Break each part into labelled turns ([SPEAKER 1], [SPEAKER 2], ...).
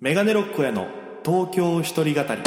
[SPEAKER 1] メガネロックへの東京一人語り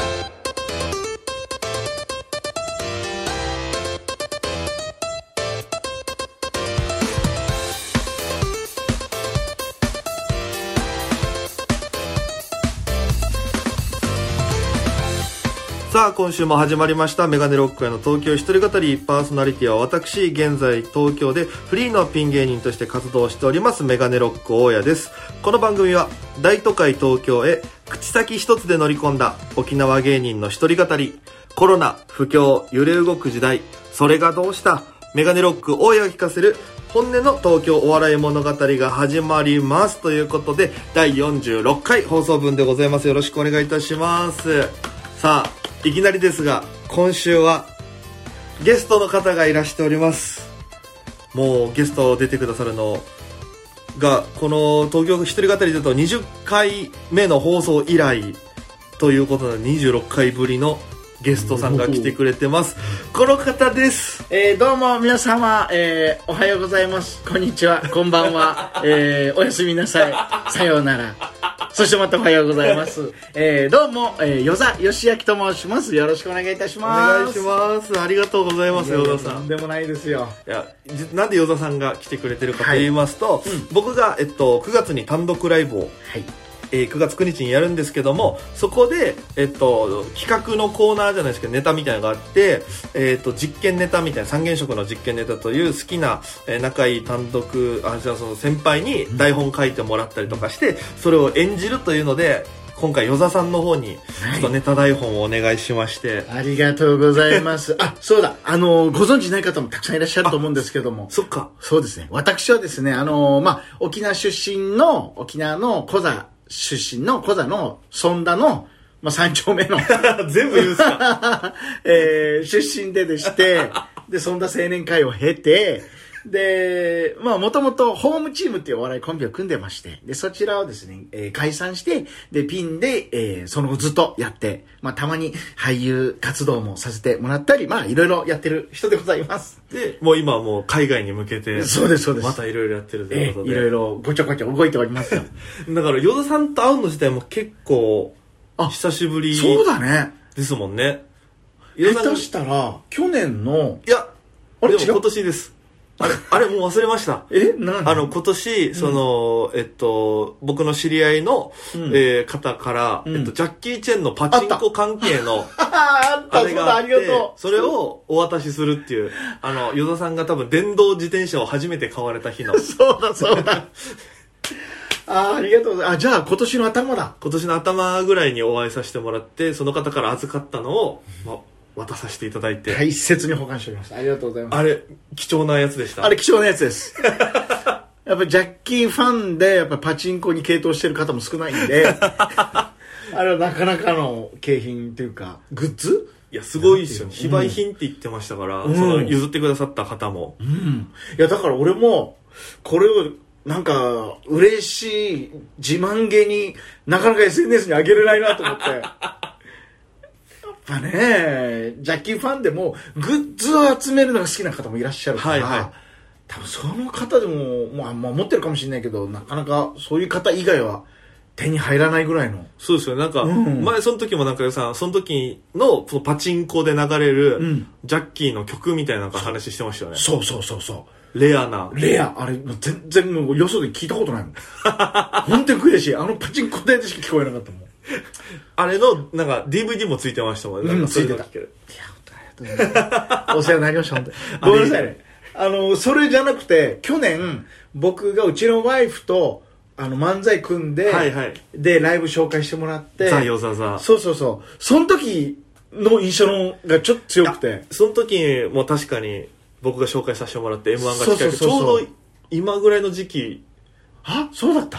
[SPEAKER 2] さあ今週も始まりました「メガネロックへの東京一人語り」パーソナリティは私現在東京でフリーのピン芸人として活動しておりますメガネロック大家ですこの番組は大都会東京へ口先一つで乗り込んだ沖縄芸人の一人語りコロナ不況揺れ動く時代それがどうしたメガネロック大家が聞かせる本音の東京お笑い物語が始まりますということで第46回放送分でございますよろしくお願いいたしますさあいきなりですが今週はゲストの方がいらしておりますもうゲスト出てくださるのがこの東京一人語りだと20回目の放送以来ということで26回ぶりのゲストさんが来てくれてますこの方です
[SPEAKER 3] えー、どうも皆様、えー、おはようございますこんにちはこんばんは、えー、おやすみなさいさようならそしてまたおはようございます、えー、どうも、えー、よざよしやきと申しますよろしくお願いいたし
[SPEAKER 2] お
[SPEAKER 3] ます
[SPEAKER 2] 願いしますありがとうございます与田さん
[SPEAKER 3] でもないですよ
[SPEAKER 2] いやじなんで与田さんが来てくれてるかと言いますと、僕が、えっと、9月に単独ライブを
[SPEAKER 3] はい
[SPEAKER 2] えー9月9日にやるんですけどもそこで、えっと、企画のコーナーじゃないですけどネタみたいなのがあって、えっと、実験ネタみたいな三原色の実験ネタという好きな、えー仲いい単独あじゃあその先輩に台本書いてもらったりとかしてそれを演じるというので今回与座さんの方にちょっとネタ台本をお願いしまして、
[SPEAKER 3] ありがとうございます あそうだあのーご存知ない方もたくさんいらっしゃると思うんですけども
[SPEAKER 2] そっか
[SPEAKER 3] そうですね。私はですね、あのーまあ、沖縄出身の、沖縄の小座出身の小座の、ソンダの、まあ、三丁目の、
[SPEAKER 2] 全部言うんすか
[SPEAKER 3] えー出身で でして、で、そんな青年会を経て、で、まあ、もともと、ホームチームっていうお笑いコンビを組んでまして、で、そちらをですね、えー解散して、で、ピンで、えーその後ずっとやって、まあ、たまに俳優活動もさせてもらったり、まあ、いろいろやってる人でございます。
[SPEAKER 2] でもう今はもう海外に向けて
[SPEAKER 3] そうですそうです
[SPEAKER 2] またいろいろやってるとい
[SPEAKER 3] え
[SPEAKER 2] うこと
[SPEAKER 3] ー
[SPEAKER 2] で、
[SPEAKER 3] いろいろごちょごちょ動いておりますよ。
[SPEAKER 2] だから与田さんと会うの自体も結構
[SPEAKER 3] あ
[SPEAKER 2] 久しぶり
[SPEAKER 3] そうだね。
[SPEAKER 2] ですもんね与田さ
[SPEAKER 3] 下
[SPEAKER 2] ん
[SPEAKER 3] 手したら、去年の、
[SPEAKER 2] いや
[SPEAKER 3] あ
[SPEAKER 2] で
[SPEAKER 3] れ
[SPEAKER 2] も
[SPEAKER 3] 違う
[SPEAKER 2] 今年です あれあれもう忘れました
[SPEAKER 3] え何
[SPEAKER 2] あの、今年、その、えっと、僕の知り合いの、えー方から、
[SPEAKER 3] ん
[SPEAKER 2] えっと、ジャッキー・チェンのパチンコ関係の、
[SPEAKER 3] ああった、
[SPEAKER 2] あ
[SPEAKER 3] そう
[SPEAKER 2] れが
[SPEAKER 3] だ、
[SPEAKER 2] あ
[SPEAKER 3] あ
[SPEAKER 2] っ
[SPEAKER 3] り
[SPEAKER 2] て
[SPEAKER 3] がとう。
[SPEAKER 2] それをお渡しするっていう、あの、与田さんが多分電動自転車を初めて買われた日 の、
[SPEAKER 3] そうだそうだ。あーありがとうございます。あ、じゃあ今年の頭だ。
[SPEAKER 2] 今年の頭ぐらいにお会いさせてもらって、その方から預かったのを、ま、渡させていただいて、
[SPEAKER 3] 大切に保管しております。ありがとうございます。
[SPEAKER 2] あれ、貴重なやつでした。
[SPEAKER 3] あれ貴重なやつです。 やっぱジャッキーファンで、やっぱパチンコに傾倒してる方も少ないん で、あれはなかなかの景品というか、グッズ
[SPEAKER 2] いや、すごいっすよね。非売品って言ってましたから、
[SPEAKER 3] ん
[SPEAKER 2] その譲ってくださった方も。
[SPEAKER 3] うん、いやだから俺もこれをなんか嬉しい自慢げになかなか SNS に上げれないなと思ってやっぱねジャッキーファンでもグッズを集めるのが好きな方もいらっしゃるから、
[SPEAKER 2] はいはい
[SPEAKER 3] 多分その方でも、まあ、まあ持ってるかもしれないけどなかなかそういう方以外は手に入らないぐらいの
[SPEAKER 2] そうですよね。なんか、前その時もなんかさ、その時のそのパチンコで流れる、
[SPEAKER 3] ん
[SPEAKER 2] ジャッキーの曲みたいななんか話してましたよね。
[SPEAKER 3] そうそうそうそう
[SPEAKER 2] レアな。
[SPEAKER 3] レア、あれ、もう全然もうよそで聞いたこ とないもん。本当に悔しい。あのパチンコ台でしか聞こえなかったもん。
[SPEAKER 2] あれの、なんか DVD もついてましたもんね。なんかそういうの聞ける。
[SPEAKER 3] いや、本当にありがとうござい ます。お世話になりました、本当に。 ごめんなさいね。あの、それじゃなくて、去年、僕がうちのワイフと、あの、漫才組んで、
[SPEAKER 2] はいはい
[SPEAKER 3] で、ライブ紹介してもらって、
[SPEAKER 2] ザ・ヨザザ。
[SPEAKER 3] そうそうそう。その時の印象のがちょっと強くて、
[SPEAKER 2] その時も確かに僕が紹介させてもらって M1 が近いけど
[SPEAKER 3] そうそうそうそう
[SPEAKER 2] ちょうど今ぐらいの時期、
[SPEAKER 3] あ、そうだった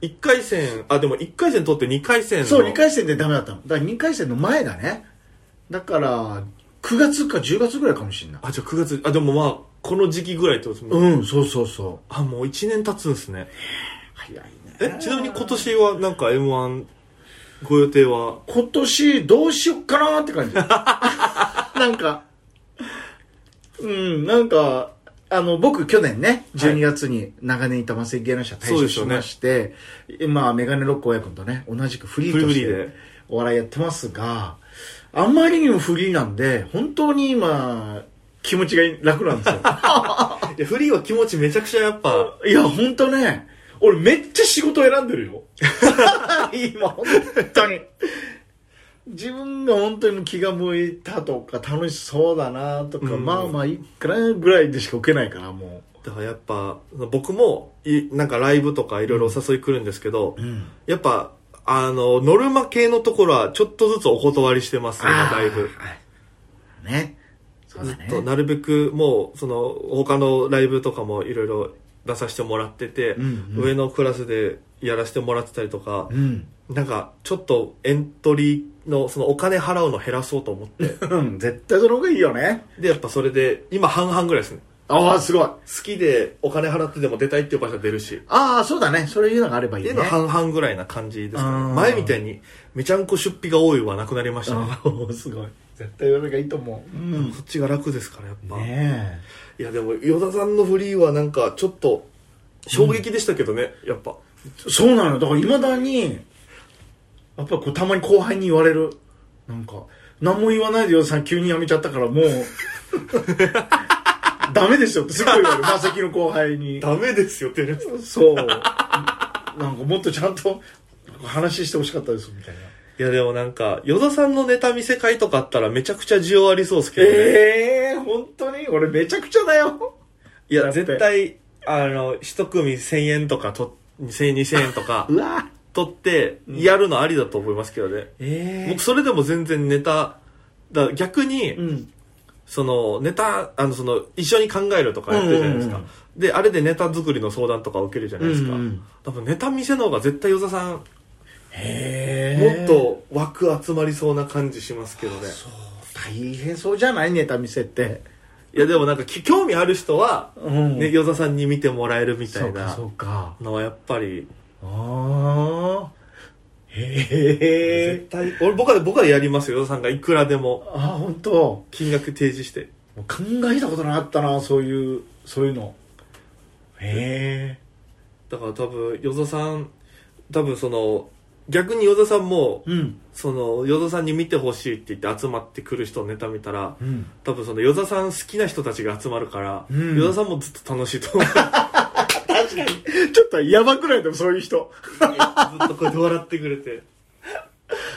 [SPEAKER 2] 1回戦、あ、でも1回戦取って2回戦の。
[SPEAKER 3] そう、2回戦でダメだったの。だから2回戦の前だね。だから、9月か10月ぐらいかもしれない。
[SPEAKER 2] あ、じゃあ9月、あ、でもまあ、この時期ぐらいってことですもんね
[SPEAKER 3] うん、そうそうそう。
[SPEAKER 2] あ、もう1年経つんですね。
[SPEAKER 3] 早いね。
[SPEAKER 2] え、ちなみに今年はなんか M1 ご予定は
[SPEAKER 3] 今年どうしよっか なーって感じ。なんか、うん、なんか、あの、僕、去年ね、12月に長年いたマセ芸能者退
[SPEAKER 2] そう
[SPEAKER 3] 職
[SPEAKER 2] です
[SPEAKER 3] し
[SPEAKER 2] よね
[SPEAKER 3] まして、今、メガネロック親君とね、同じくフリーと
[SPEAKER 2] フ
[SPEAKER 3] し
[SPEAKER 2] リーで
[SPEAKER 3] て、お笑いやってますが、あんまりにもフリーなんで、本当に今、気持ちが楽な んですよ。
[SPEAKER 2] いやフリーは気持ちめちゃくちゃやっぱ、
[SPEAKER 3] いや、ほんとね、俺めっちゃ仕事選んでるよ。今、ほんとに。 自分が本当に気が向いたとか、楽しそうだなとか、
[SPEAKER 2] うん
[SPEAKER 3] まあまあ、いくらぐらいでしか受けないから、も
[SPEAKER 2] だからやっぱ、僕もい、なんかライブとかいろいろお誘い来るんですけど、
[SPEAKER 3] う。うん。
[SPEAKER 2] やっぱ、あの、ノルマ系のところはちょっとずつお断りしてますね、だいぶ。
[SPEAKER 3] あー。ね。そう
[SPEAKER 2] ず
[SPEAKER 3] だ
[SPEAKER 2] っ
[SPEAKER 3] ね。
[SPEAKER 2] と、なるべくもう、その、他のライブとかもいろいろ出させてもらってて、
[SPEAKER 3] うんうん
[SPEAKER 2] 上のクラスでやらせてもらってたりとか
[SPEAKER 3] う、ん。
[SPEAKER 2] なんか、ちょっとエントリーの、そのお金払うの減らそうと思って、
[SPEAKER 3] うん、絶対その方がいいよね。
[SPEAKER 2] で、やっぱそれで、今半々ぐらいですね。
[SPEAKER 3] ああ、すごい。
[SPEAKER 2] 好きでお金払ってでも出たいっていう場所は出るし、っ
[SPEAKER 3] ああ、そうだね。それいうのがあればいい
[SPEAKER 2] てい
[SPEAKER 3] ね
[SPEAKER 2] う。のは半々ぐらいな感じです
[SPEAKER 3] あー
[SPEAKER 2] ね。前みたいに、めちゃんこ出費が多いはなくなりましたね。
[SPEAKER 3] あー すごい。絶対それがいいと思う。うん。
[SPEAKER 2] そっちが楽ですから、やっぱ。
[SPEAKER 3] ねえ。
[SPEAKER 2] いや、でも、与田さんのフリーはなんか、ちょっと、衝撃でしたけどね、やっぱ。
[SPEAKER 3] そうなのだからいまだにやっぱこうたまに後輩に言われるなんか何も言わないでよさん急に辞めちゃったからもう ダメですよってすごい言われるマセキの後輩に
[SPEAKER 2] ダメですよ、テレビ。
[SPEAKER 3] そうなんかもっとちゃんと話してほしかったですみたいない
[SPEAKER 2] や、でもなんか、与田さんのネタ見せ会とかあったらめちゃくちゃ需要ありそうですけどね。
[SPEAKER 3] ええー、本当に俺めちゃくちゃだよ
[SPEAKER 2] いや、
[SPEAKER 3] だって
[SPEAKER 2] 絶対、あの、一組1000円とかと、2000円、2000円とか
[SPEAKER 3] う、わ
[SPEAKER 2] 取って、やるのありだと思いますけどね。
[SPEAKER 3] え
[SPEAKER 2] 僕、それでも全然ネタ、だから逆に、
[SPEAKER 3] うん
[SPEAKER 2] その、ネタ、あの、その、一緒に考えるとかやってるじゃないですか。
[SPEAKER 3] うんうん
[SPEAKER 2] で、あれでネタ作りの相談とか受けるじゃないですか。
[SPEAKER 3] うんうん
[SPEAKER 2] 多分、ネタ見せの方が絶対与田さん、も
[SPEAKER 3] へ
[SPEAKER 2] っと枠集まりそうな感じしますけどね。
[SPEAKER 3] 大変そうじゃないネタ見せって
[SPEAKER 2] いや、でもなんか、き興味ある人は、
[SPEAKER 3] うん
[SPEAKER 2] ね、与田さんに見てもらえるみた
[SPEAKER 3] そう
[SPEAKER 2] い
[SPEAKER 3] か
[SPEAKER 2] な
[SPEAKER 3] そうか
[SPEAKER 2] のはやっぱり、
[SPEAKER 3] ああ。へ
[SPEAKER 2] 絶。対、俺僕は、僕はやりますよ、与田さんがいくらでも
[SPEAKER 3] ああ、本当。も
[SPEAKER 2] 金額提示して。
[SPEAKER 3] う考えたことなかったな、そういう、そういうの。へ
[SPEAKER 2] だから多分、与田さん、多分その、逆に与田さんも、
[SPEAKER 3] え。うん。
[SPEAKER 2] その、与田さんに見てほしいって言って集まってくる人のネタ見たら、
[SPEAKER 3] うん。
[SPEAKER 2] 多分その、与田さん好きな人たちが集まるから、
[SPEAKER 3] うん
[SPEAKER 2] 与田さんもずっと楽しいと 思う。ず
[SPEAKER 3] 確かに。ちょっとやばくないでもそういう人。
[SPEAKER 2] っとこうやって笑ってくれて、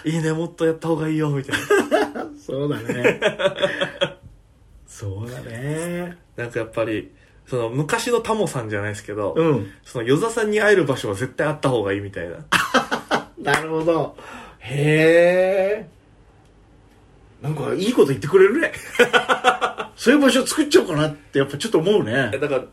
[SPEAKER 2] いいね、もっとやった方がいいよ、みたいな。
[SPEAKER 3] そうだね。そうだね。
[SPEAKER 2] なんかやっぱり、その、昔のタモさんじゃないですけど、
[SPEAKER 3] うん。
[SPEAKER 2] その、与田さんに会える場所は絶対あった方がいいみたいな。
[SPEAKER 3] なるほど。へえ。なんかいいこと言ってくれるね。そういう場所作っちゃおうかなってやっぱちょっと思うね。
[SPEAKER 2] だから、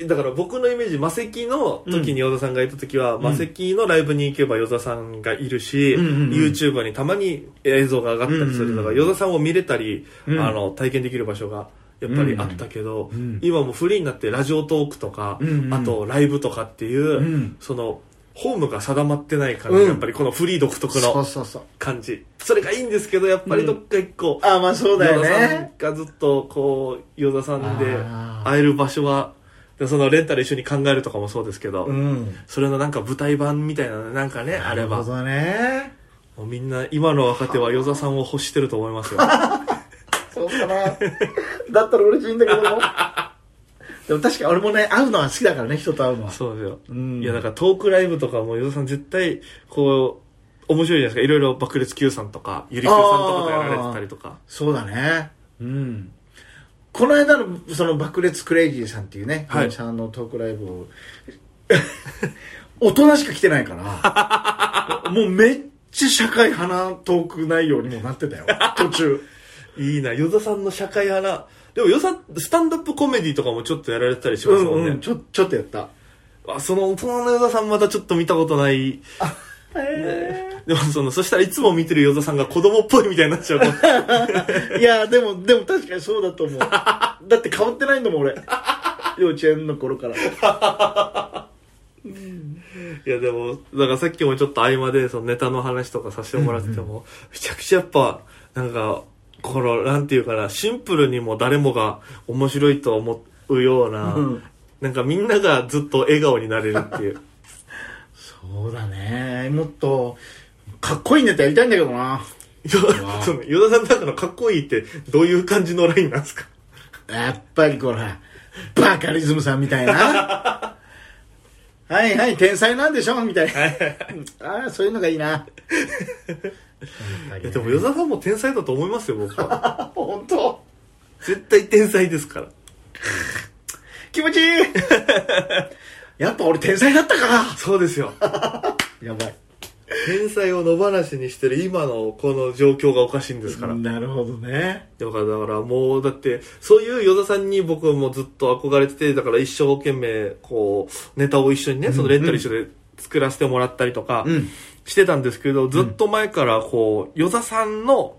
[SPEAKER 2] ぎだから僕のイメージ、マセキの時に与田さんがいた時は、マセキのライブに行けば与田さんがいるし、
[SPEAKER 3] うんうんうん
[SPEAKER 2] YouTuber にたまに映像が上がったりする。だから
[SPEAKER 3] うんうんうん
[SPEAKER 2] 与田さんを見れたり、
[SPEAKER 3] うん
[SPEAKER 2] あの、体験できる場所が、やっぱりあったけど、
[SPEAKER 3] うんうん
[SPEAKER 2] 今もうフリーになってラジオトークとか、
[SPEAKER 3] うんうん
[SPEAKER 2] あとライブとかっていう、
[SPEAKER 3] うん
[SPEAKER 2] その、ホームが定まってない感じ、
[SPEAKER 3] うん
[SPEAKER 2] やっぱりこのフリー独特
[SPEAKER 3] そう
[SPEAKER 2] の
[SPEAKER 3] そうそう。
[SPEAKER 2] 感じ。それがいいんですけど、やっぱりどっか一個、
[SPEAKER 3] あ、まあそうだよね。
[SPEAKER 2] 与田さんがずっとこう、与田さんで
[SPEAKER 3] あー
[SPEAKER 2] 会える場所は、でそのレンタル一緒に考えるとかもそうですけど、
[SPEAKER 3] ん。
[SPEAKER 2] それのなんか舞台版みたいなのなんかね、あれば、も
[SPEAKER 3] そうだね。
[SPEAKER 2] うみんな今の若手は与田さんを欲してると思いますよ。
[SPEAKER 3] そうかな。 だったら嬉しいんだけども。でも確かに俺もね、会うのは好きだからね、人と会うのは。
[SPEAKER 2] そうですよ。
[SPEAKER 3] うん
[SPEAKER 2] いや、だからトークライブとかも与田さん絶対、こう、面白いじゃないですか。いろいろ爆裂 Q さんとか、ゆり Q さんとかとやられてたりとか。
[SPEAKER 3] そうだね。うん。この間の、その、爆裂クレイジーさんっていうね、
[SPEAKER 2] はい
[SPEAKER 3] 芸人さんのトークライブを、 大人しか来てないか ら、もうめっちゃ社会派なトーク内容にもなってたよ、途中。
[SPEAKER 2] いいな、与田さんの社会派な。でも与田さん、スタンダップコメディとかもちょっとやられてた りしますもんね。
[SPEAKER 3] ちょ、ちょっとやった。
[SPEAKER 2] あその大人の与田さんまたちょっと見たことない。 でもその、そしたらいつも見てる与田さんが子供っぽいみたいになっちゃ う。
[SPEAKER 3] いやでもでも確かにそうだと思うだって変わってないんだもん俺幼稚園の頃から
[SPEAKER 2] いやでも、だからさっきもちょっと合間でそのネタの話とかさせてもらってても、めちゃくちゃやっぱ、なんか、この、なんていうかな、シンプルにも誰もが面白いと思うような、
[SPEAKER 3] うん
[SPEAKER 2] なんかみんながずっと笑顔になれるって いう。
[SPEAKER 3] そうだね。もっと、かっこいいネタやりたいんだけどな。
[SPEAKER 2] いや、
[SPEAKER 3] わ
[SPEAKER 2] その、ヨダさんの中のかっこいいって、どういう感じのラインなんですか
[SPEAKER 3] やっぱりこら、バカリズムさんみたいな。はいはい、天才なんでしょみたいな。ああ、そういうのがいいな。
[SPEAKER 2] いや、でもヨダさんも天才だと思いますよ、僕は。
[SPEAKER 3] 本当
[SPEAKER 2] 絶対天才ですから。
[SPEAKER 3] 気持ちいいやっぱ俺天才だったか
[SPEAKER 2] そうですよ。
[SPEAKER 3] やばい。
[SPEAKER 2] 天才を野放しにしてる今のこの状況がおかしいんですから。
[SPEAKER 3] なるほどね。
[SPEAKER 2] だから、だからもう、だって、そういう与田さんに僕もずっと憧れてて、だから一生懸命、こう、ネタを一緒にね、そのレンタル一緒で作らせてもらったりとか
[SPEAKER 3] うん、
[SPEAKER 2] してたんですけど、ずっと前から、こう、与田さんの、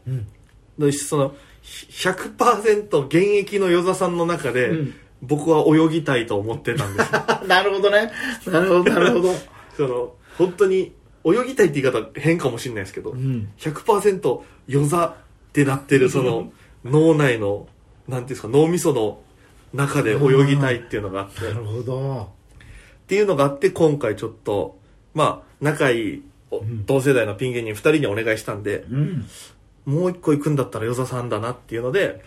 [SPEAKER 2] その、100%現役の与田さんの中で、
[SPEAKER 3] うん
[SPEAKER 2] 僕は泳ぎたいと思ってたんです。
[SPEAKER 3] なるほどね。なるほど、なるほど。
[SPEAKER 2] その、本当に、泳ぎたいって言い方変かもしれないですけど、
[SPEAKER 3] ん
[SPEAKER 2] 100%夜座ってなってる、その、脳内の、なんていうんですか、脳みその中で泳ぎたいっていうのがあって、
[SPEAKER 3] な
[SPEAKER 2] っ
[SPEAKER 3] るほど。
[SPEAKER 2] ていうのがあって、今回ちょっと、まあ、仲いいお同世代のピン芸人2人にお願いしたんで、
[SPEAKER 3] うん。
[SPEAKER 2] もう一個行くんだったら夜座さんだなっていうので、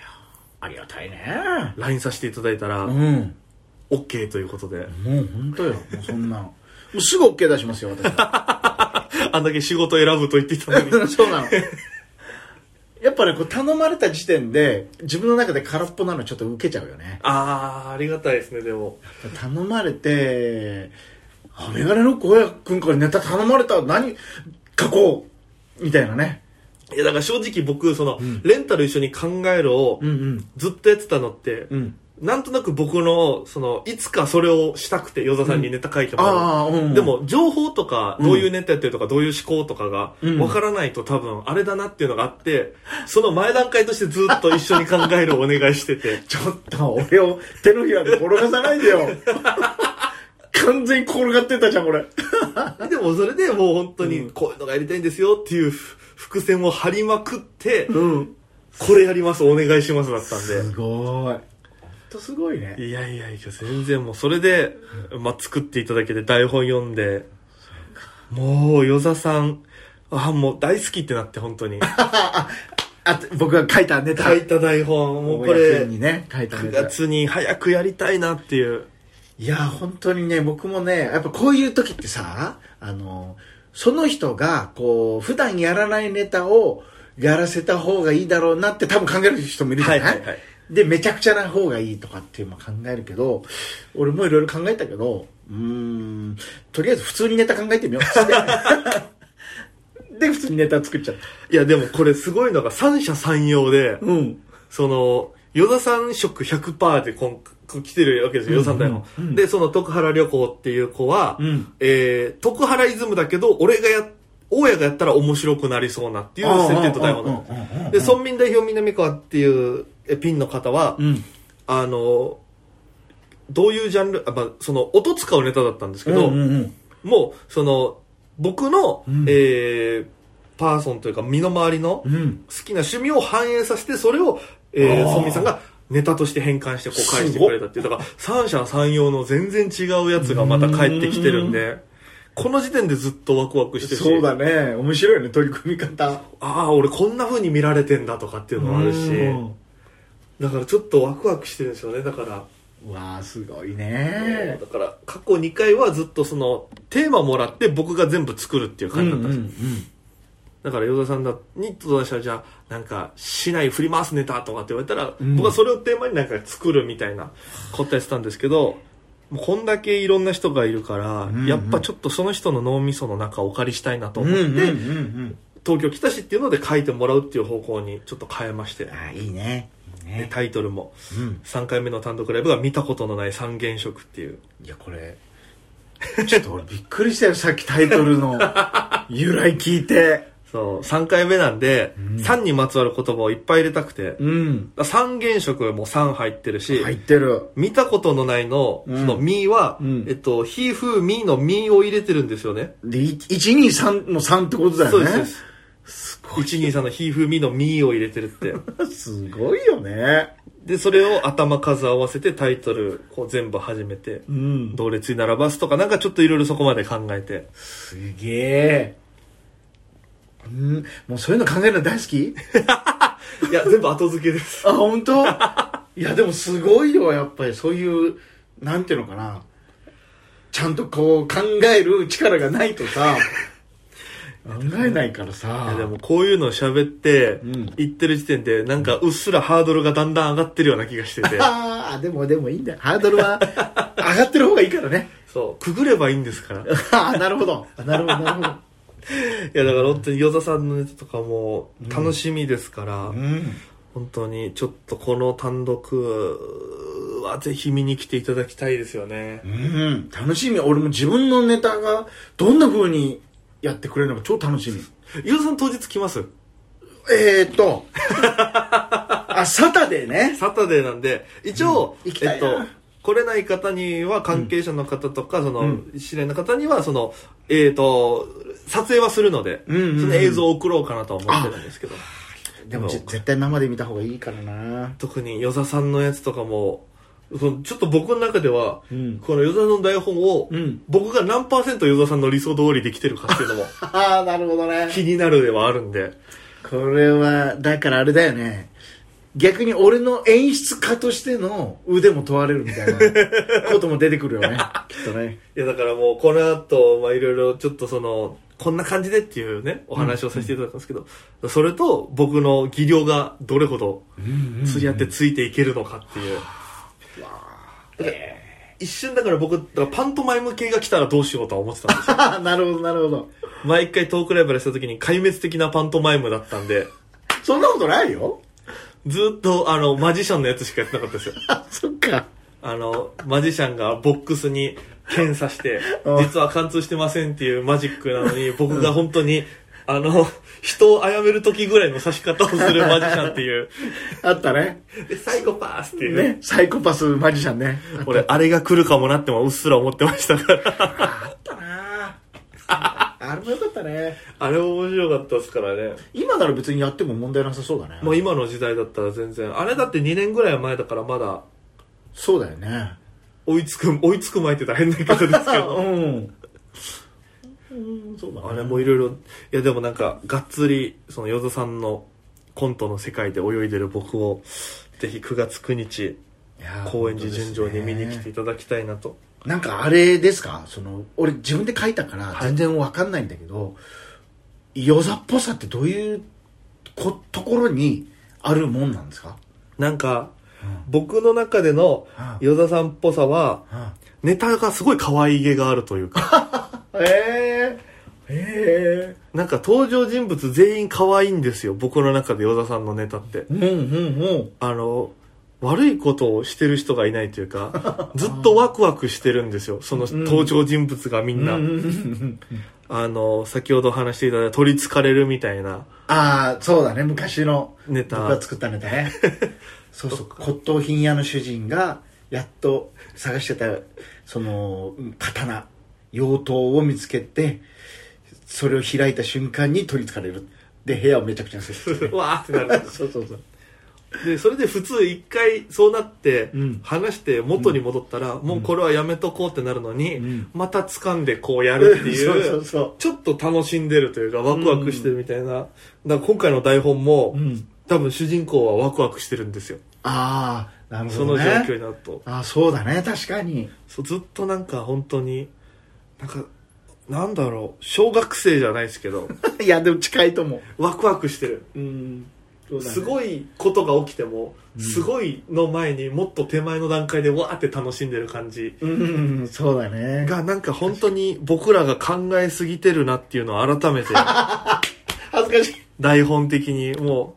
[SPEAKER 3] ありがたいね。
[SPEAKER 2] LINE させていただいたら、
[SPEAKER 3] ん。
[SPEAKER 2] OK ということで、
[SPEAKER 3] もう本当よ。もうそんな。もうすぐ OK 出しますよ、私は。
[SPEAKER 2] あんだけ仕事選ぶと言っていたのに、
[SPEAKER 3] そうなの。やっぱりこう頼まれた時点で自分の中で空っぽなのちょっと受けちゃうよね。
[SPEAKER 2] あー、ありがたいですね、でも。
[SPEAKER 3] 頼まれて、あ、メガネの小屋くんからネタ頼まれた、何書こうみたいなね。
[SPEAKER 2] いやだから正直僕その、レンタル一緒に考えるを
[SPEAKER 3] うんうん。
[SPEAKER 2] ずっとやってたのって、
[SPEAKER 3] うん。
[SPEAKER 2] なんとなく僕のそのいつかそれをしたくて与田さんにネタ書いてもらう、
[SPEAKER 3] ああ、うん。
[SPEAKER 2] で、も情報とかどういうネタやってるとかどういう思考とかが
[SPEAKER 3] うん
[SPEAKER 2] わからないと多分あれだなっていうのがあってその前段階としてずっと一緒に考えるをお願いしてて
[SPEAKER 3] ちょっと俺を手のひらで転がさないでよ。完全に転がってたじゃん、これ。
[SPEAKER 2] でもそれでもう本当にこういうのがやりたいんですよっていうふ伏線を張りまくって、
[SPEAKER 3] うん。
[SPEAKER 2] これやりますお願いしますだったんです
[SPEAKER 3] ごい。ほんとすごいね。
[SPEAKER 2] いやいやいや、全然もうそれで、まあ、作っていただけて台本読んで、もう、与座さん、あ、もう大好きってなって、本当に。
[SPEAKER 3] あと、僕が書いたネタ。
[SPEAKER 2] 書いた台本、 もうこ
[SPEAKER 3] 公
[SPEAKER 2] れ、
[SPEAKER 3] にね、書いたネ
[SPEAKER 2] 9
[SPEAKER 3] タ。
[SPEAKER 2] 月に早くやりたいなっていう。
[SPEAKER 3] いや、本当にね、僕もね、やっぱこういう時ってさ、あの、その人が、こう、普段やらないネタをやらせた方がいいだろうなって多分考える人もいるじゃない,、
[SPEAKER 2] はいはいはい
[SPEAKER 3] で、めちゃくちゃな方がいいとかっていうのも考えるけど、俺もいろいろ考えたけど、うーん、とりあえず普通にネタ考えてみようっ つって。で、普通にネタ作っちゃった。
[SPEAKER 2] いや、でもこれすごいのが三者三様で、
[SPEAKER 3] うん。
[SPEAKER 2] その、与座さん色100%で今来てるわけですよ、与座さん台本。で、その徳原旅行っていう子は、
[SPEAKER 3] うん
[SPEAKER 2] えー、徳原イズムだけど、俺がや、大家がやったら面白くなりそうなっていう設定と台本なんです
[SPEAKER 3] うんうんうんうんうん
[SPEAKER 2] で、村民代表南川っていうえピンの方は、
[SPEAKER 3] ん。
[SPEAKER 2] あの、どういうジャンル、あまあ、その、音使うネタだったんですけ
[SPEAKER 3] うん
[SPEAKER 2] ど、
[SPEAKER 3] うんうん。
[SPEAKER 2] もう、その、僕の、
[SPEAKER 3] うん
[SPEAKER 2] えーパーソンというか、身の回りの
[SPEAKER 3] う
[SPEAKER 2] 好
[SPEAKER 3] ん。
[SPEAKER 2] きな趣味を反映させて、それを、えー
[SPEAKER 3] あー
[SPEAKER 2] 村民さんがネタとして変換して、こう返してくれたっていう、だから、三者三様の全然違うやつがまた帰ってきてるんで、この時点でずっとワクワクしてるし、
[SPEAKER 3] そうだね。面白いよね、取り組み方。
[SPEAKER 2] ああ、俺こんな風に見られてんだとかっていうのもあるし、
[SPEAKER 3] うん
[SPEAKER 2] だからちょっとワクワクしてるんですよねだから、
[SPEAKER 3] わあすごいね
[SPEAKER 2] だから過去2回はずっとそのテーマもらって僕が全部作るっていう感じだったんですよ、だから与田さんだに戸田氏はじゃあなんか市内振り回すネタとかって言われたら、
[SPEAKER 3] ん
[SPEAKER 2] 僕はそれをテーマになんか作るみたいなことやってたんですけどもうこんだけいろんな人がいるから、
[SPEAKER 3] んうん
[SPEAKER 2] やっぱちょっとその人の脳みその中をお借りしたいなと思って、
[SPEAKER 3] うん
[SPEAKER 2] 東京来たしっていうので書いてもらうっていう方向にちょっと変えまして、
[SPEAKER 3] あいいねいい
[SPEAKER 2] で
[SPEAKER 3] ね
[SPEAKER 2] タイトルも
[SPEAKER 3] うん
[SPEAKER 2] 3回目の単独ライブが見たことのない三原色っていう
[SPEAKER 3] いやこれちょっと俺びっくりしたよさっきタイト ルの由来聞いて
[SPEAKER 2] そう3回目なんで、3にまつわる言葉をいっぱい入れたくて、
[SPEAKER 3] うん
[SPEAKER 2] 三原色はもう3入ってるし、
[SPEAKER 3] 入ってる
[SPEAKER 2] 見たことのないの、
[SPEAKER 3] うん
[SPEAKER 2] その、みは、
[SPEAKER 3] うん
[SPEAKER 2] えっと、ひ、ふ、みのみを入れてるんですよね。
[SPEAKER 3] でい123の3ってことだ
[SPEAKER 2] そ
[SPEAKER 3] よ
[SPEAKER 2] うで
[SPEAKER 3] ね
[SPEAKER 2] すそうです。123のひ、ふ、みのみを入れてるって。
[SPEAKER 3] すごいよね
[SPEAKER 2] で、それを頭数合わせてタイトル、こう全部始めて、
[SPEAKER 3] うん。
[SPEAKER 2] 同列に並ばすとか、なんかちょっといろいろそこまで考えて。
[SPEAKER 3] すげえ。うん。もうそういうの考えるの大好き
[SPEAKER 2] いや、全部後付けです。
[SPEAKER 3] あ、本当いや、でもすごいよ、やっぱり。そういう、なんていうのかな。ちゃんとこう考える力がないとさ、考えないから
[SPEAKER 2] い
[SPEAKER 3] さ
[SPEAKER 2] や、。でもこういうのを喋って、
[SPEAKER 3] うん。
[SPEAKER 2] 言ってる時点で、なんかうっすらハードルがだんだん上がってるような気がしてて
[SPEAKER 3] ああ、でもでもいいんだよ。ハードルは上がってる方がいいからね。
[SPEAKER 2] そう。くぐればいいんですから。い
[SPEAKER 3] ああ、なるほど。なるほど、なるほど。
[SPEAKER 2] や、だから本当にヨザさんのネタとかも楽しみですから、
[SPEAKER 3] うん。
[SPEAKER 2] 本当にちょっとこの単独はぜひ見に来ていただきたいですよね
[SPEAKER 3] う。ん。楽しみ。俺も自分のネタがどんな風にやってくれるのか超楽しみ。
[SPEAKER 2] ヨザさん当日来ます
[SPEAKER 3] え ーっと。あ、サタデーね。
[SPEAKER 2] サタデーなんで、一応、
[SPEAKER 3] うん行きた
[SPEAKER 2] えっ
[SPEAKER 3] いな
[SPEAKER 2] と、来れない方には関係者の方とか、その、知り合いの方には、その、えっと、撮影はするので、
[SPEAKER 3] うんうんうん
[SPEAKER 2] その映像を送ろうかなとは思ってるんですけど、
[SPEAKER 3] でもじ絶対生で見た方がいいからな。
[SPEAKER 2] 特に与座さんのやつとかも、そのちょっと僕の中では、
[SPEAKER 3] うん
[SPEAKER 2] この与座さんの台本を、
[SPEAKER 3] うん
[SPEAKER 2] 僕が何パーセント与座さんの理想通りできてるかっていうの も
[SPEAKER 3] ああ、なるほどね。
[SPEAKER 2] 気になるではあるんで、
[SPEAKER 3] これは、だからあれだよね。逆に俺の演出家としての腕も問われるみたいなことも出てくるよ ね。きっとね。
[SPEAKER 2] いやだからもうこの後、まあいろいろちょっとその、こんな感じでっていうね、お話をさせていただくんですけど、それと僕の技量がどれほど釣り合ってついていけるのかっていう。だから一瞬だから僕、だからパントマイム系が来たらどうしようとは思ってたん ですよ。
[SPEAKER 3] ああ、なるほど、なるほど。
[SPEAKER 2] 毎回トークライブでした時に壊滅的なパントマイムだったんで、
[SPEAKER 3] そんなことないよ。
[SPEAKER 2] ずっとあの、マジシャンのやつしかやってなかったですよ。
[SPEAKER 3] あ、そっか。
[SPEAKER 2] あの、マジシャンがボックスに検査して
[SPEAKER 3] うん、
[SPEAKER 2] 実は貫通してませんっていうマジックなのに、 僕が本当に、あの、人を殺める時ぐらいの刺し方をするマジシャンっていう。
[SPEAKER 3] あったね。
[SPEAKER 2] で、最後パースっていう。
[SPEAKER 3] ね。サイコパスマジシャンね。
[SPEAKER 2] 俺、あれが来るかもなってもうっすら思ってましたから。
[SPEAKER 3] あったなああれもよかったね。
[SPEAKER 2] あれ面白かったですからね。
[SPEAKER 3] 今なら別にやっても問題なさそうだね。
[SPEAKER 2] もう今の時代だったら全然。あれだって2年ぐらい前だからまだ、
[SPEAKER 3] そうだよね。
[SPEAKER 2] 追いつく、追いつく前って大変な言い方ですけ ど。
[SPEAKER 3] ん。うん、そうだね。
[SPEAKER 2] あれもいろいろ、いやでもなんか、がっつり、その、ヨゾさんのコントの世界で泳いでる僕を、ぜひ9月9日、
[SPEAKER 3] いやー
[SPEAKER 2] 高円寺純情に見に来ていただきたいなと。
[SPEAKER 3] なんかあれですかその俺自分で書いたから全然わかんないんだけど、ヨザっぽさってどういうこところにあるもんなんですか
[SPEAKER 2] なんか、僕の中での
[SPEAKER 3] うん
[SPEAKER 2] ヨザさんっぽさは、
[SPEAKER 3] あ
[SPEAKER 2] ネタがすごい可愛げがあるという か、
[SPEAKER 3] えええ
[SPEAKER 2] なんか登場人物全員可愛いんですよ、僕の中でヨザさんのネタって。
[SPEAKER 3] うんうんうん
[SPEAKER 2] あの、悪いことをしてる人がいないというか、 ずっとワクワクしてるんですよ、その登場人物がみんな。あの、先ほどお話していただいた取り憑かれるみた いな
[SPEAKER 3] ああそうだね昔の
[SPEAKER 2] ネタ
[SPEAKER 3] 僕が作ったネタね そうそう骨董品屋の主人がやっと探してたその刀妖刀を見つけてそれを開いた瞬間に取りつかれるで部屋をめちゃくちゃにするっていうね
[SPEAKER 2] わーってなる
[SPEAKER 3] そうそうそう
[SPEAKER 2] でそれで普通一回そうなって
[SPEAKER 3] うん
[SPEAKER 2] 話して元に戻ったら、もうこれはやめとこうってなるのに、
[SPEAKER 3] うん
[SPEAKER 2] また掴んでこうやるって い
[SPEAKER 3] そうそううそ
[SPEAKER 2] ちょっと楽しんでるというかワクワクしてるみたいな、だから今回の台本も、
[SPEAKER 3] う、うん、
[SPEAKER 2] 多分主人公はワクワクしてるんですよ、
[SPEAKER 3] ああなる
[SPEAKER 2] そ
[SPEAKER 3] ほ
[SPEAKER 2] の
[SPEAKER 3] どね
[SPEAKER 2] 状況になると
[SPEAKER 3] ああそうだね確かに
[SPEAKER 2] そうずっとなんか本当になんかなんだろう小学生じゃないですけど
[SPEAKER 3] いやでも近いと思
[SPEAKER 2] ワクワクしてる
[SPEAKER 3] ううん
[SPEAKER 2] す
[SPEAKER 3] い
[SPEAKER 2] ごいことが起きても、すごいの前にもっと手前の段階でわーって楽しんでる感じ
[SPEAKER 3] うんそうだね
[SPEAKER 2] がなんか本当に僕らが考えすぎてるなっていうのを 改めて
[SPEAKER 3] 恥ずかしい
[SPEAKER 2] 台本的にも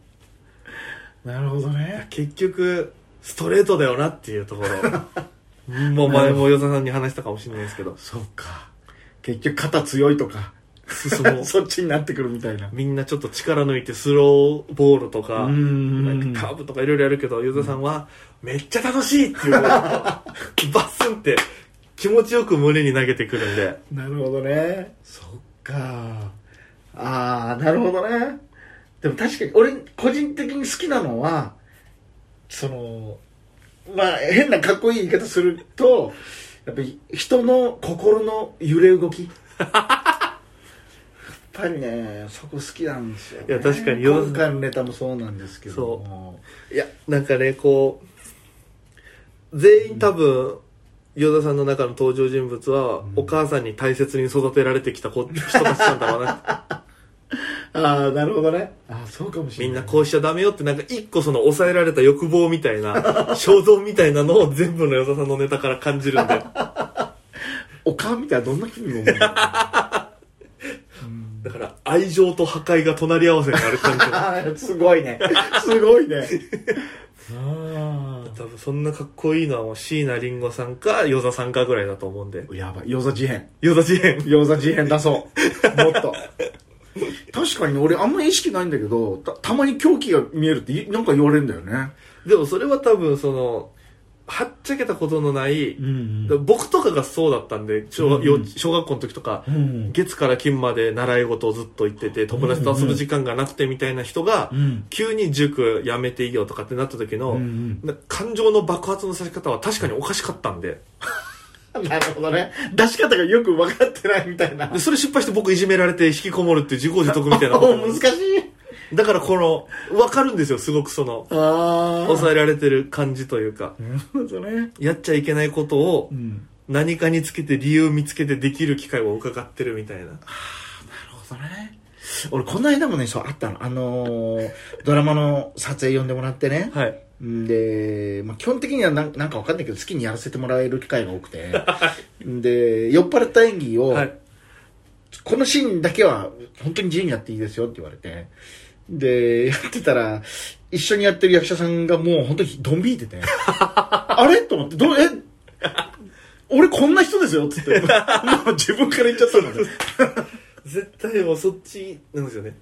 [SPEAKER 3] なるほど
[SPEAKER 2] う
[SPEAKER 3] ね。
[SPEAKER 2] 結局ストレートだよなっていうとこ ろもう前も与田さんに話したかもしれないですけ ど
[SPEAKER 3] そうか。結局肩強いとか、
[SPEAKER 2] 進もう
[SPEAKER 3] そっちになってくるみたいな。
[SPEAKER 2] みんなちょっと力抜いてスローボールとか
[SPEAKER 3] うーん
[SPEAKER 2] なんかカーブとかいろいろやるけどゆずさんはめっちゃ楽しいっていう バスンって気持ちよく胸に投げてくるんで
[SPEAKER 3] なるほどね。そっか。ああ、なるほどね。でも確かに、俺、個人的に好きなのは、その、まあ、変なかっこいい言い方すると、やっぱり人の心の揺れ動き。やっぱりね、そこ好きなんですよ、ね。
[SPEAKER 2] いや確かに
[SPEAKER 3] 今回のネタもそうなんですけども。
[SPEAKER 2] いやなんかねこう全員多分与田さんの中の登場人物は、お母さんに大切に育てられてきた子人たちなんだろ うな
[SPEAKER 3] ああ、なるほどね。ああ、そうかもしれ
[SPEAKER 2] みん
[SPEAKER 3] ない。
[SPEAKER 2] なこうしちゃダメよってなんか一個その抑えられた欲望みたい な肖像みたいなのを全部の与田さんのネタから感じるんでだ
[SPEAKER 3] おかんみたいなどんな気分になるの
[SPEAKER 2] から愛情と破壊が隣り合わせになる感じ
[SPEAKER 3] ああ、 すごいね。すごいね。あ
[SPEAKER 2] 多分そんなかっこいいのはもう椎名林檎さんか与田さんかぐらいだと思うんで
[SPEAKER 3] あ。やばい。餃子事変。
[SPEAKER 2] 与田自変
[SPEAKER 3] 餃子事変出そう。もっと。確かにね俺あんまり意識ないんだけど、たたまに狂気が見えるっていなんか言われるんだよね。
[SPEAKER 2] でもそれは多分そのはっちゃけたことのない、
[SPEAKER 3] ん
[SPEAKER 2] 僕とかがそうだったんで小,、
[SPEAKER 3] うん
[SPEAKER 2] 幼稚小学校の時とか、
[SPEAKER 3] ん
[SPEAKER 2] 月から金まで習い事をずっと行ってて友達と遊ぶ時間がなくてみたいな人が、
[SPEAKER 3] ん
[SPEAKER 2] 急に塾辞めていいよとかってなった時の、
[SPEAKER 3] うんうん
[SPEAKER 2] な感情の爆発のさせ方は確かにおかしかったんで
[SPEAKER 3] なるほどね。出し方がよく分かってないみたいな
[SPEAKER 2] で。それ失敗して僕いじめられて引きこもるっていう自業自得みたいなこ
[SPEAKER 3] お
[SPEAKER 2] と
[SPEAKER 3] 難しい。
[SPEAKER 2] だからこの分かるんですよすごくその
[SPEAKER 3] ああ。
[SPEAKER 2] 抑えられてる感じというか
[SPEAKER 3] なるほどね。
[SPEAKER 2] やっちゃいけないことを、
[SPEAKER 3] うん。
[SPEAKER 2] 何かにつけて理由見つけてできる機会を伺ってるみたいな
[SPEAKER 3] なるほどね。俺、この間もね、そう、あったの。あのードラマの撮影呼んでもらってね。
[SPEAKER 2] はい
[SPEAKER 3] んで、まあ、基本的にはなんなんかわかんないけど、好きにやらせてもらえる機会が多く て。んで、酔っ払った演技を、
[SPEAKER 2] はい
[SPEAKER 3] このシーンだけは本当に自由にやっていいですよって言われて。で、やってたら、一緒にやってる役者さんがもう本当にドン引い てて。あれと思って、どう、え、俺こんな人ですよって 言って、もう自分から言っちゃったので。
[SPEAKER 2] 絶対もうそっちなんですよね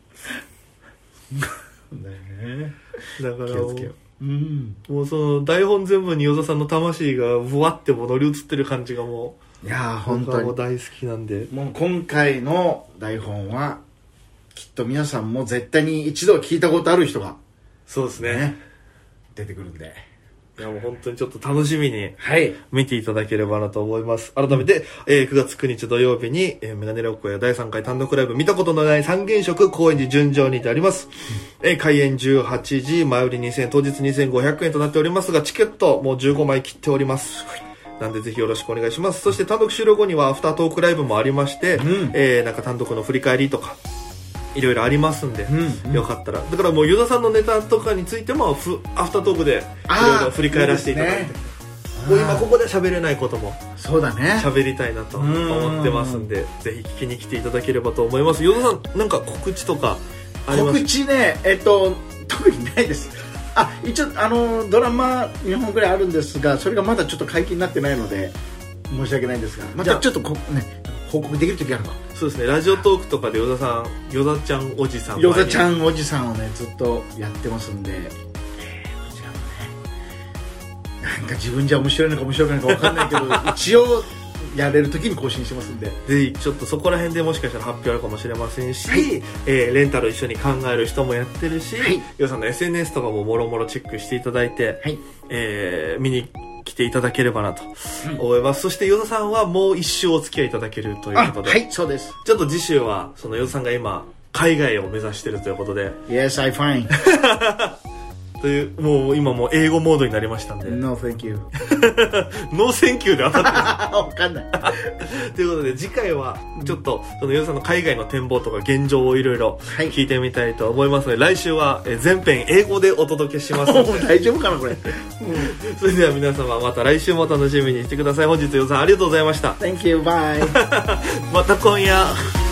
[SPEAKER 2] だから
[SPEAKER 3] 気をつけよう。うん。
[SPEAKER 2] もうその台本全部に与田さんの魂がぶわってもう乗り移ってる感じがも
[SPEAKER 3] いやー、
[SPEAKER 2] う
[SPEAKER 3] 本
[SPEAKER 2] 僕
[SPEAKER 3] 当
[SPEAKER 2] は
[SPEAKER 3] に
[SPEAKER 2] もう。大好きなんで
[SPEAKER 3] もう今回の台本は、きっと皆さんも絶対に一度は聞いたことある人が、
[SPEAKER 2] そうですね
[SPEAKER 3] ね、出てくるんで。
[SPEAKER 2] いやもう本当にちょっと楽しみに
[SPEAKER 3] はい。
[SPEAKER 2] 見ていただければなと思います改めて、えー9月9日土曜日に、えーメガネロックや第3回単独ライブ見たことのない三原色高円寺純情にてあります、えー開演18時前売り2000円当日2500円となっておりますがチケットもう15枚切っておりますなんでぜひよろしくお願いしますそして単独終了後にはアフタートークライブもありまして、
[SPEAKER 3] ん
[SPEAKER 2] えーなんか単独の振り返りとかいろいろありますんで、
[SPEAKER 3] んうん
[SPEAKER 2] よかったらだからもうユダさんのネタとかについてもふアフタートークで
[SPEAKER 3] あ
[SPEAKER 2] い
[SPEAKER 3] ー
[SPEAKER 2] ろいろ振り返らせていただいて
[SPEAKER 3] いいですね
[SPEAKER 2] もう今ここで喋れないことも
[SPEAKER 3] そうだね。
[SPEAKER 2] 喋りたいなと思ってますんでぜひ聞きに来ていただければと思います与田さんなんか告知とかありま
[SPEAKER 3] 告
[SPEAKER 2] す
[SPEAKER 3] 知ね、えっと、特にないです。あ、一応、あの、ドラマ2本ぐらいあるんですが、それがまだちょっと解禁になってないので、申し訳ないんですが、ま
[SPEAKER 2] じゃ
[SPEAKER 3] た
[SPEAKER 2] あ
[SPEAKER 3] ちょっとこ、ね、報告できる時あるの。
[SPEAKER 2] そうですねラジオトークとかで与田さん与田ちゃんおじさん
[SPEAKER 3] ヨザちゃ
[SPEAKER 2] ん
[SPEAKER 3] んおじさんをねずっとやってますんで、えーこちらもねなんか自分じゃ面白いのか面白くないのか分かんないけど一応やれる時に更新してますんで
[SPEAKER 2] ぜひちょっとそこら辺でもしかしたら発表あるかもしれませんし、
[SPEAKER 3] はい
[SPEAKER 2] えーレンタル一緒に考える人もやってるし、
[SPEAKER 3] はい
[SPEAKER 2] 与田さんの SNS とかももろもろチェックしていただいて、
[SPEAKER 3] はい
[SPEAKER 2] えー見に来ていただければなと思います、そして与田さんはもう一周お付き合いいただけるという
[SPEAKER 3] あ
[SPEAKER 2] ことで
[SPEAKER 3] はいそうです
[SPEAKER 2] ちょっと次週は、その、ヨさんが今、海外を目指してるということで、
[SPEAKER 3] Yes I find
[SPEAKER 2] という、もう今もう英語モードになりましたんで、
[SPEAKER 3] No thank you
[SPEAKER 2] ノーセンキューで当たって
[SPEAKER 3] あ分かんない
[SPEAKER 2] る ということで、次回は、ちょっと、そのヨさんの海外の展望とか現状をいろいろ
[SPEAKER 3] はい
[SPEAKER 2] 聞いてみたいと思いますので、来週はえー全編英語でお届けし ますの
[SPEAKER 3] もう
[SPEAKER 2] で、
[SPEAKER 3] 大丈夫かなこれ、うん、
[SPEAKER 2] それでは皆様また来週も楽しみにしてください。本日ヨさんありがとうございました。
[SPEAKER 3] Thank you bye
[SPEAKER 2] また今夜。